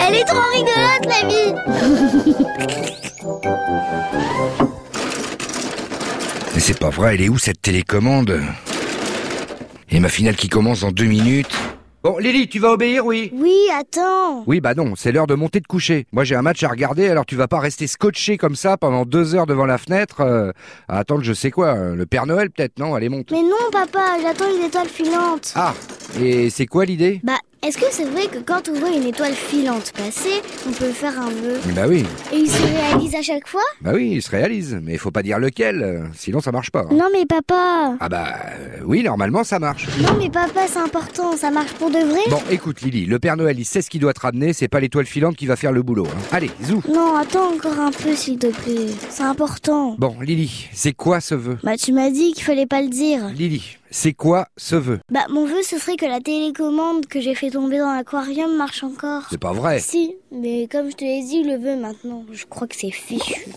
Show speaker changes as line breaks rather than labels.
Elle est trop rigolote, la vie
Mais c'est pas vrai, elle est où cette télécommande Et ma finale qui commence dans deux minutes Bon, Lily, tu vas obéir, oui
Oui, attends
Oui, bah non, c'est l'heure de monter de coucher. Moi, j'ai un match à regarder, alors tu vas pas rester scotché comme ça pendant deux heures devant la fenêtre euh, à attendre je sais quoi, euh, le Père Noël peut-être, non Allez, monte.
Mais non, papa, j'attends une étoile filante
Ah Et c'est quoi l'idée
Bah, est-ce que c'est vrai que quand on voit une étoile filante passer, on peut faire un vœu
Bah oui,
Et il se réalise à chaque fois
bah oui, il se réalise, mais il faut pas dire lequel, euh, sinon ça marche pas. hein.
Non, mais papa
Ah bah euh, oui, normalement ça marche.
Non, mais papa, c'est important, ça marche pour de vrai
Bon, écoute Lily, le Père Noël il sait ce qu'il doit te ramener, c'est pas l'étoile filante qui va faire le boulot. hein. Allez, zou
Non, attends encore un peu, s'il te plaît. C'est important.
Bon, Lily, c'est quoi ce vœu
Bah, tu m'as dit qu'il fallait pas le dire.
Lily, c'est quoi ce vœu
Bah, mon vœu, ce serait que la télécommande que j'ai fait tomber dans l'aquarium marche encore.
C'est pas vrai.
Si, mais comme je te l'ai dit, le vœu maintenant, je crois que c'est fichu.